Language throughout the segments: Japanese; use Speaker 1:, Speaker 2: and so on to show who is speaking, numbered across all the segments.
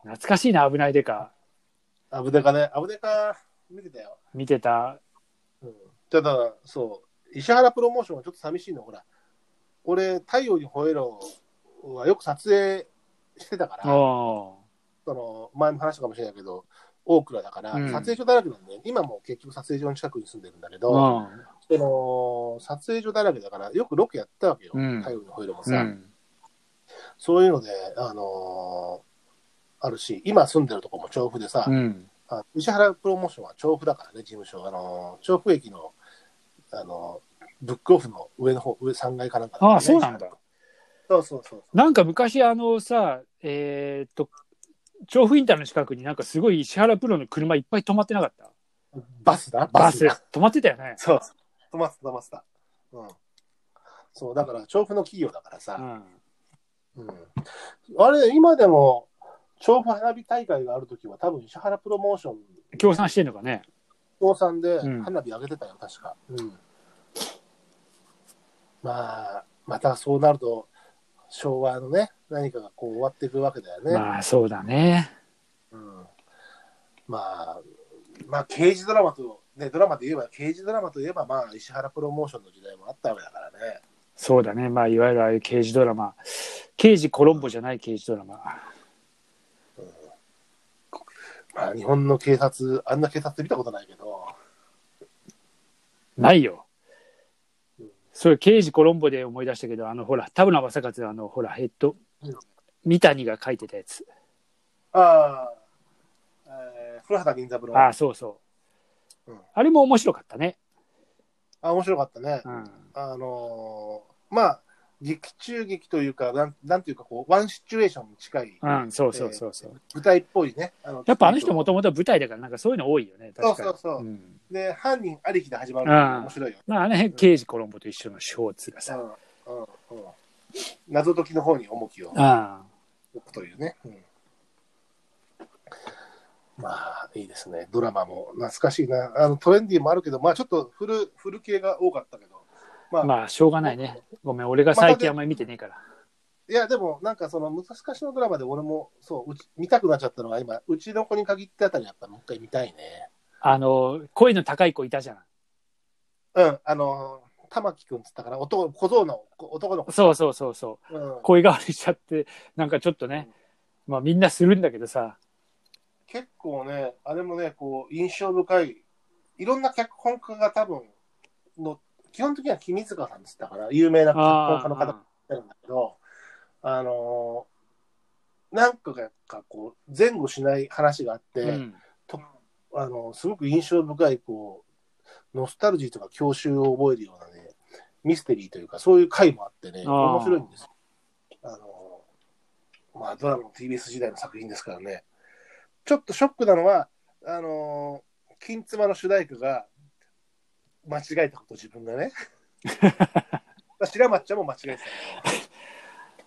Speaker 1: 懐かしいな、危ないでか。
Speaker 2: アブデカね。アブデカ見てたよ。
Speaker 1: 見てた。
Speaker 2: うん、ただ、そう、石原プロモーションはちょっと寂しいの、ほら。俺、太陽に吠えろはよく撮影してたから、
Speaker 1: お
Speaker 2: その前も話したかもしれないけど、大倉だから、
Speaker 1: うん
Speaker 2: 撮影所だらけなんだよ。今も結局撮影所の近くに住んでるんだけど、
Speaker 1: ー
Speaker 2: その撮影所だらけだから、よくロケやったわけよ、
Speaker 1: うん
Speaker 2: 太陽に吠えろも
Speaker 1: うん。
Speaker 2: さ。
Speaker 1: うん。
Speaker 2: そういうので、あのーあるし、今住んでるとこも調布でさ、
Speaker 1: うん。
Speaker 2: あ石原プロモーションは調布だからね、事務所。あのー調布駅の、あのーブックオフの上の方、上3階かなんか、
Speaker 1: ああそうなんだ。
Speaker 2: そうそうそう。
Speaker 1: なんか昔、あのさ、えーっと、調布インターの近くになんかすごい石原プロの車いっぱい止まってなかった
Speaker 2: バスだ
Speaker 1: バス。
Speaker 2: だ
Speaker 1: 止まってたよね。
Speaker 2: そう。止まってた、止まってた。うん。そう、だから調布の企業だから
Speaker 1: う
Speaker 2: さ。
Speaker 1: ん。
Speaker 2: うん。あれ、今でも、調布花火大会があるときは、多分石原プロモーション
Speaker 1: 協賛してんのかね。
Speaker 2: 父さんで
Speaker 1: うん
Speaker 2: 花火上げてたよ、確か。うん。まあ、またそうなると、昭和のね、何かがこう終わっていくわけだよね。まあ、
Speaker 1: まあ、そうだね。
Speaker 2: うん、まあ、まあ、刑事ドラマと、ね、ドラマで言えば、刑事ドラマといえば、まあ、石原プロモーションの時代もあったわけだからね。
Speaker 1: そうだね。まあ、いわゆるああいう刑事ドラマ。刑事コロンボじゃない刑事ドラマ。
Speaker 2: まあ、日本の警察、あんな警察見たことないけど、
Speaker 1: ないよ
Speaker 2: うん。
Speaker 1: それ、刑事コロンボで思い出したけど、あの、ほら、田村正和のあの、ほら、えっと
Speaker 2: うん、
Speaker 1: 三谷が書いてたやつ。
Speaker 2: ああ、えー、古畑任三郎。
Speaker 1: あ
Speaker 2: あ
Speaker 1: あ、そうそう
Speaker 2: うん。
Speaker 1: あれも面白かったね。
Speaker 2: 面白かったね。
Speaker 1: うん。
Speaker 2: あのーまあ、劇中劇というか、なんなんていうかこう、ワンシチュエーションに近い、
Speaker 1: うん、そうそうそうそう。
Speaker 2: 舞台っぽいね。あの
Speaker 1: やっぱあの人もともと舞台だから、なんかそういうの多いよね。
Speaker 2: そう
Speaker 1: 確かに。
Speaker 2: そうそう。
Speaker 1: ん
Speaker 2: で、犯人ありきで始まるのが面白いよね。
Speaker 1: まあ、あの辺、刑事コロンボと一緒のショーツが
Speaker 2: う
Speaker 1: さ。
Speaker 2: んうんうん謎解きの方に重きを
Speaker 1: あ
Speaker 2: 置くというね。うんまあ、いいですね。ドラマも懐かしいな。あのトレンディーもあるけど、まあちょっと古古系が多かったけど。
Speaker 1: あ。まあ、しょうがないね。ごめん、俺が最近あんまり見てねえから。
Speaker 2: いや、でも、なんかその、昔かしのドラマで俺も、そう、うち見たくなっちゃったのが、今、うちの子に限ってあたりやっぱもう一回見たいね。
Speaker 1: あの、声の高い子いたじゃん。
Speaker 2: うん、あの、玉木くんっつったから、男、小僧の、こ男の子。
Speaker 1: そうそうそうそう。
Speaker 2: うん、
Speaker 1: 声変わりしちゃって、なんかちょっとね、まあみんなするんだけどさ、
Speaker 2: 結構ね、あれもね、こう、印象深い、いろんな脚本家が多分、の、基本的には君塚さんっつったから、有名な脚本家の方
Speaker 1: あ
Speaker 2: がいるんだけど、あのーなんかが、こう、前後しない話があって、
Speaker 1: ーうん
Speaker 2: とあのすごく印象深いこうノスタルジーとか郷愁を覚えるようなねミステリーというかそういう回もあってね
Speaker 1: あー
Speaker 2: 面白いんですよあのまあドラマの TBS 時代の作品ですからねちょっとショックなのはあの「金妻」の主題歌が間違えたこと自分が ね白松ちゃんも間違えてた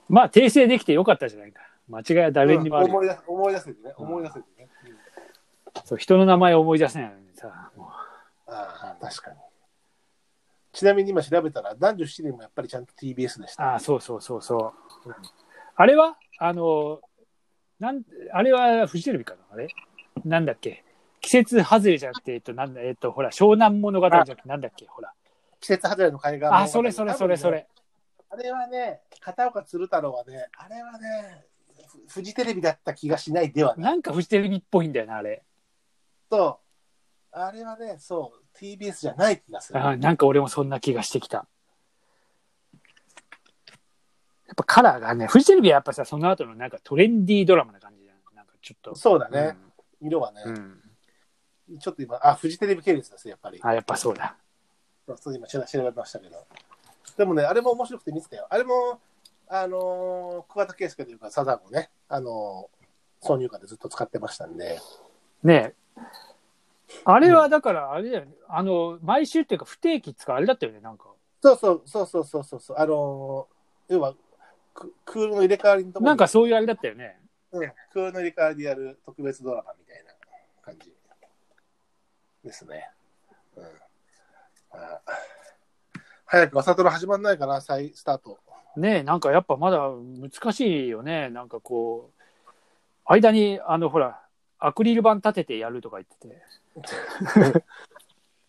Speaker 1: まあ訂正できてよかったじゃないか。間違いは誰にもあるよ、
Speaker 2: 思い出思い出せてね思い出せてね、うん
Speaker 1: そう人の名前を思い出せないのにさ、も
Speaker 2: ああ、確かに。ちなみに今調べたら、男女7人もやっぱりちゃんと TBS でし
Speaker 1: う
Speaker 2: た。
Speaker 1: ああ、そうそうそうそう。
Speaker 2: うん
Speaker 1: あれはあの、なん、あれはフジテレビかなあれなんだっけ季節外れじゃなくて、えっと、なんだ、えっと、ほら、湘南物語じゃなくて、なんだっけほら。
Speaker 2: 季節外れの海岸の
Speaker 1: あ、それそれそれそ。れ。
Speaker 2: 多分ねあれはね、片岡鶴太郎はね、あれはね、フフジテレビだった気がしないではない
Speaker 1: なんかフジテレビっぽいんだよな、あれ。
Speaker 2: と、あれはね、そう、TBS じゃない気がする。
Speaker 1: あなんか俺もそんな気がしてきた。やっぱカラーがね、フジテレビはやっぱさ、その後のなんかトレンディードラマな感じじゃん。なんかちょっと。
Speaker 2: そうだね、色はね、
Speaker 1: うん。うん。
Speaker 2: ちょっと今、あ、フジテレビ系列ですね、やっぱり。
Speaker 1: あ、やっぱそうだ。
Speaker 2: そうそう今調調べましたけど。でもね、あれも面白くて見てたよ。あれも、あのー、桑田佳祐というか、サザンをね、あのー挿入歌でずっと使ってましたんで、
Speaker 1: ねえ。あれはだから、あれだよね。あの、毎週っていうか不定期っつうか、あれだったよね、なんか。
Speaker 2: そうそうそうそうそうそうそう、あのー要はク、クールの入れ替わりのところに
Speaker 1: なんか、そういうあれだったよね。
Speaker 2: うん、クールの入れ替わりでやる特別ドラマみたいな感じですね。うん。あ早く朝ドラ始まんないかな、再スタート。
Speaker 1: ねえ、なんかやっぱまだ難しいよね。なんかこう、間に、あの、ほら、アクリル板立ててやるとか言ってて、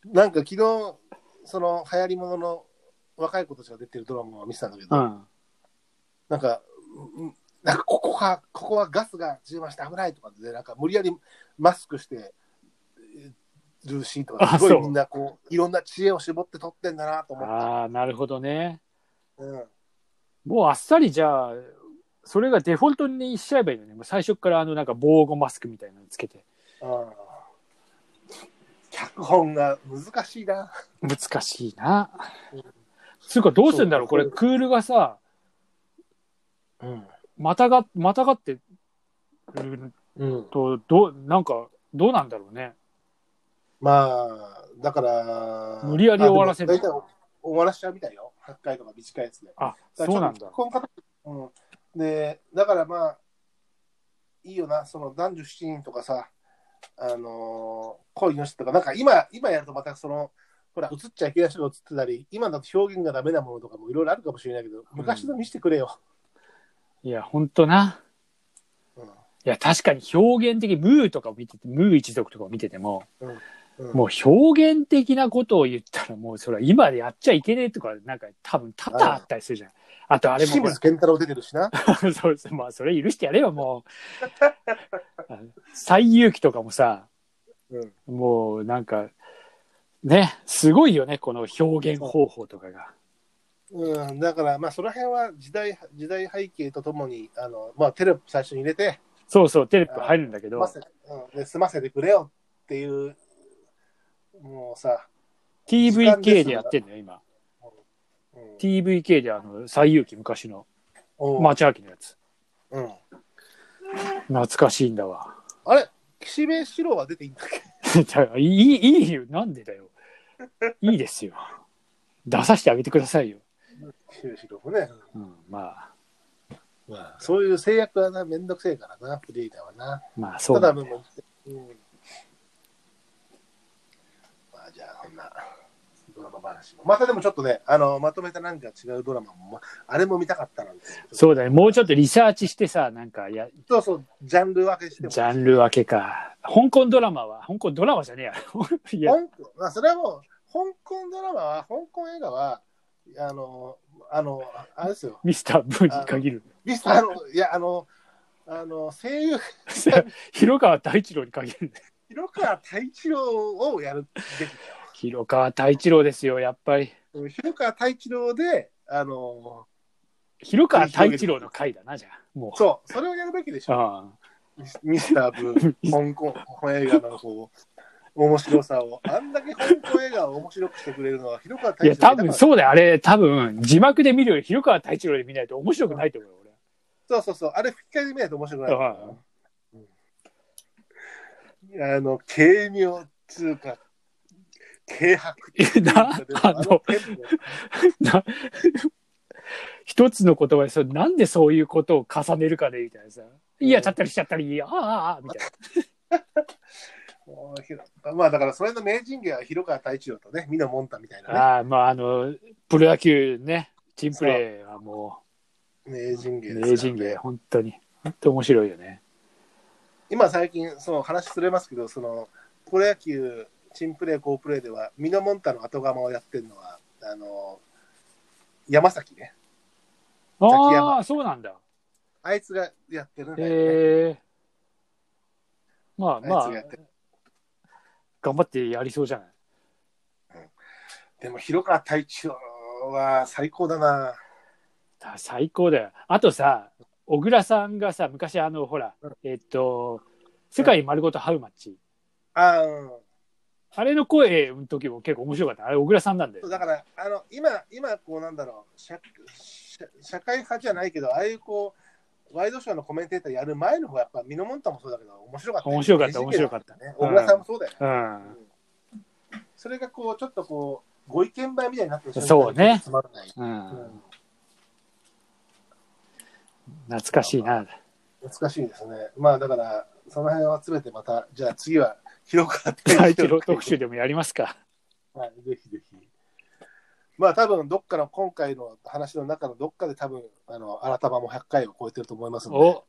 Speaker 2: なんか昨日、その流行りものの若い子たちが出てるドラマを見てたんだけど、
Speaker 1: ん。
Speaker 2: なんか、うんなんかここが、ここはガスが充満して危ないとかで、なんか無理やりマスクしてえーるシーンとか、
Speaker 1: あ
Speaker 2: すご
Speaker 1: そう
Speaker 2: いみんなこう、いろんな知恵を絞って撮ってんだなと思った。
Speaker 1: ああ、なるほどね。
Speaker 2: うん
Speaker 1: もうあっさりじゃあ、それがデフォルトにしちゃえばいいのね。もう最初からあの、なんか防護マスクみたいなのつけて。
Speaker 2: うん脚本が難しいな。
Speaker 1: 難しいな。つうか、どうするんだろう
Speaker 2: そ
Speaker 1: こ
Speaker 2: う
Speaker 1: れ、クールがさ、
Speaker 2: うん。
Speaker 1: またが、またがってる
Speaker 2: うん。
Speaker 1: と、どう、なんか、どうなんだろうね。
Speaker 2: まあ、だから、
Speaker 1: 無理やり終わらせる
Speaker 2: あでも大体終わらせちゃうみたいよ。8回とか短いやつで。
Speaker 1: あ、
Speaker 2: だから
Speaker 1: そうなん
Speaker 2: ちょ
Speaker 1: だ
Speaker 2: っと。この方うん。で、だからまあ、いいよな、その男女7人とかさ、あのー恋の人とか、なんか今、今やるとまたその、ほら、映っちゃいけない人が映ってたり、今だと表現がダメなものとかもいろいろあるかもしれないけど、昔の見せてくれよ。
Speaker 1: いや、ほんとな。
Speaker 2: うん
Speaker 1: いや、確かに表現的、ムーとかを見てて、ムー一族とかを見てても、
Speaker 2: うん
Speaker 1: もう表現的なことを言ったら、もうそれは今でやっちゃいけねえとか、なんか多分多々あったりするじゃん。あとあれも
Speaker 2: 清
Speaker 1: ほら
Speaker 2: 水健太郎出てるしな。
Speaker 1: そうそうまあ、それ許してやれよ、もう。あ の最勇気とかもさ、
Speaker 2: うん
Speaker 1: もうなんか、ね、すごいよね、この表現方法とかが。
Speaker 2: うん、だから、まあ、その辺は時代時代背景とともに、あのまあ、テレビ最初に入れて、
Speaker 1: そうそう、テレビ入るんだけ
Speaker 2: 済
Speaker 1: ど
Speaker 2: ま、せ,、うん、で済ませてくれよっていう、もうさ、
Speaker 1: TVK でやってんのよ、今。
Speaker 2: うん
Speaker 1: TVK であの、最勇気昔の、
Speaker 2: おう
Speaker 1: 町明のやつ。
Speaker 2: うん、
Speaker 1: 懐かしいんだわ。
Speaker 2: あれ、岸辺四郎は出ていいんだっけ
Speaker 1: だからいい、いいよ。なんで だよ。いいですよ。出させてあげてくださいよ。
Speaker 2: 岸辺四郎もね、
Speaker 1: うん、まあ、
Speaker 2: まあ、そういう制約はな、めんどくせえからな、フリーダーはな。
Speaker 1: まあ、そ
Speaker 2: た
Speaker 1: う
Speaker 2: だ
Speaker 1: なんだよ
Speaker 2: もう、うん、まあじゃあそんなドラマ話もまたでもちょっとねあのまとめたなんか違うドラマも、まあれも見たかったなんですけど
Speaker 1: そうだね。もうちょっとリサーチしてさ、なんか、や、
Speaker 2: そうそうジャンル分けしても
Speaker 1: ジャンル分けか。香港ドラマは、香港ドラマじゃねえや。 いや、
Speaker 2: 香港まあそれはもう香港ドラマは香港映画はあのあのあれですよ
Speaker 1: ミスターブーに限る。
Speaker 2: ミスターあのいやあのあの声優
Speaker 1: 広川大一郎に限る。
Speaker 2: 広川太一郎をやるべきだよ
Speaker 1: 広川大一郎ですよ、やっぱり。
Speaker 2: うん広川太一郎であの
Speaker 1: 広川大一郎の回だな、じゃあ。も
Speaker 2: そうそれをやるべきでし
Speaker 1: う。
Speaker 2: ょ
Speaker 1: あ
Speaker 2: ミスターブー、香港映画のこう、面白さを、あんだけ香港映画を面白くしてくれるのは、広川
Speaker 1: あいや、
Speaker 2: 大志郎だ
Speaker 1: 多
Speaker 2: から
Speaker 1: 分、そうだよ。あれ、多分、字幕で見るより広川大一郎で見ないと面白くないと思うよ、俺。
Speaker 2: そうそうそう、あれ吹き替えで見ないと面白くないから
Speaker 1: は
Speaker 2: うん。あの、軽妙っつうか、軽薄っていうか
Speaker 1: え なあの
Speaker 2: テンポ
Speaker 1: な一つの言葉でそうなんでそういうことを重ねるかでみたいなさ「いやちゃったりしちゃったりああああ」みたい
Speaker 2: もうひろまあだから、それの名人芸は広川太一郎とね、美濃もんたみたい
Speaker 1: な
Speaker 2: なね、
Speaker 1: ああまああのプロ野球ねチームプレーはも
Speaker 2: 名人芸で
Speaker 1: う
Speaker 2: すから
Speaker 1: 名人芸本当に本当面白いよね
Speaker 2: 今最近その話すれますけどそのプロ野球チンプレー好プレーではミノモンタの後釜をやってるのはあの山崎ね崎山
Speaker 1: ああそうなんだ
Speaker 2: あいつがやってるんだよね、
Speaker 1: へえまあま
Speaker 2: あい
Speaker 1: あ
Speaker 2: つがやってる
Speaker 1: 頑張ってやりそうじゃない
Speaker 2: でも広川太一郎は最高だな
Speaker 1: だ最高だよあとさ小倉さんがさ昔あのほら
Speaker 2: うん
Speaker 1: えっと「世界丸ごとハウマッチ」
Speaker 2: あー
Speaker 1: あれの声の時も結構面白かった。あれ、小倉さんなんだ
Speaker 2: う
Speaker 1: よ。
Speaker 2: んだからあの今今こうなんだろう社社社会派じゃないけどああいうこうワイドショーのコメンテーターやる前の方はやっぱミノモンタもそうだけど面白かったよ
Speaker 1: 面白かった面白かった
Speaker 2: ね小倉さんもそうだよね、
Speaker 1: うん。
Speaker 2: それがこう、ちょっとこう、ご意見番みたいになってる瞬間
Speaker 1: そうね
Speaker 2: つまらない。
Speaker 1: うん。懐かしい な。
Speaker 2: 難しいですね。まあだから、その辺は詰めてまた、じゃあ次は広川
Speaker 1: 大一郎特集でもやりますか。
Speaker 2: はい、ぜひぜひ。まあ多分、どっかの今回の話の中のどっかで多分、あの、新たまも100回を超えてると思いますので、
Speaker 1: お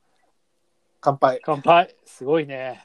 Speaker 2: 乾杯。
Speaker 1: 乾杯。すごいね。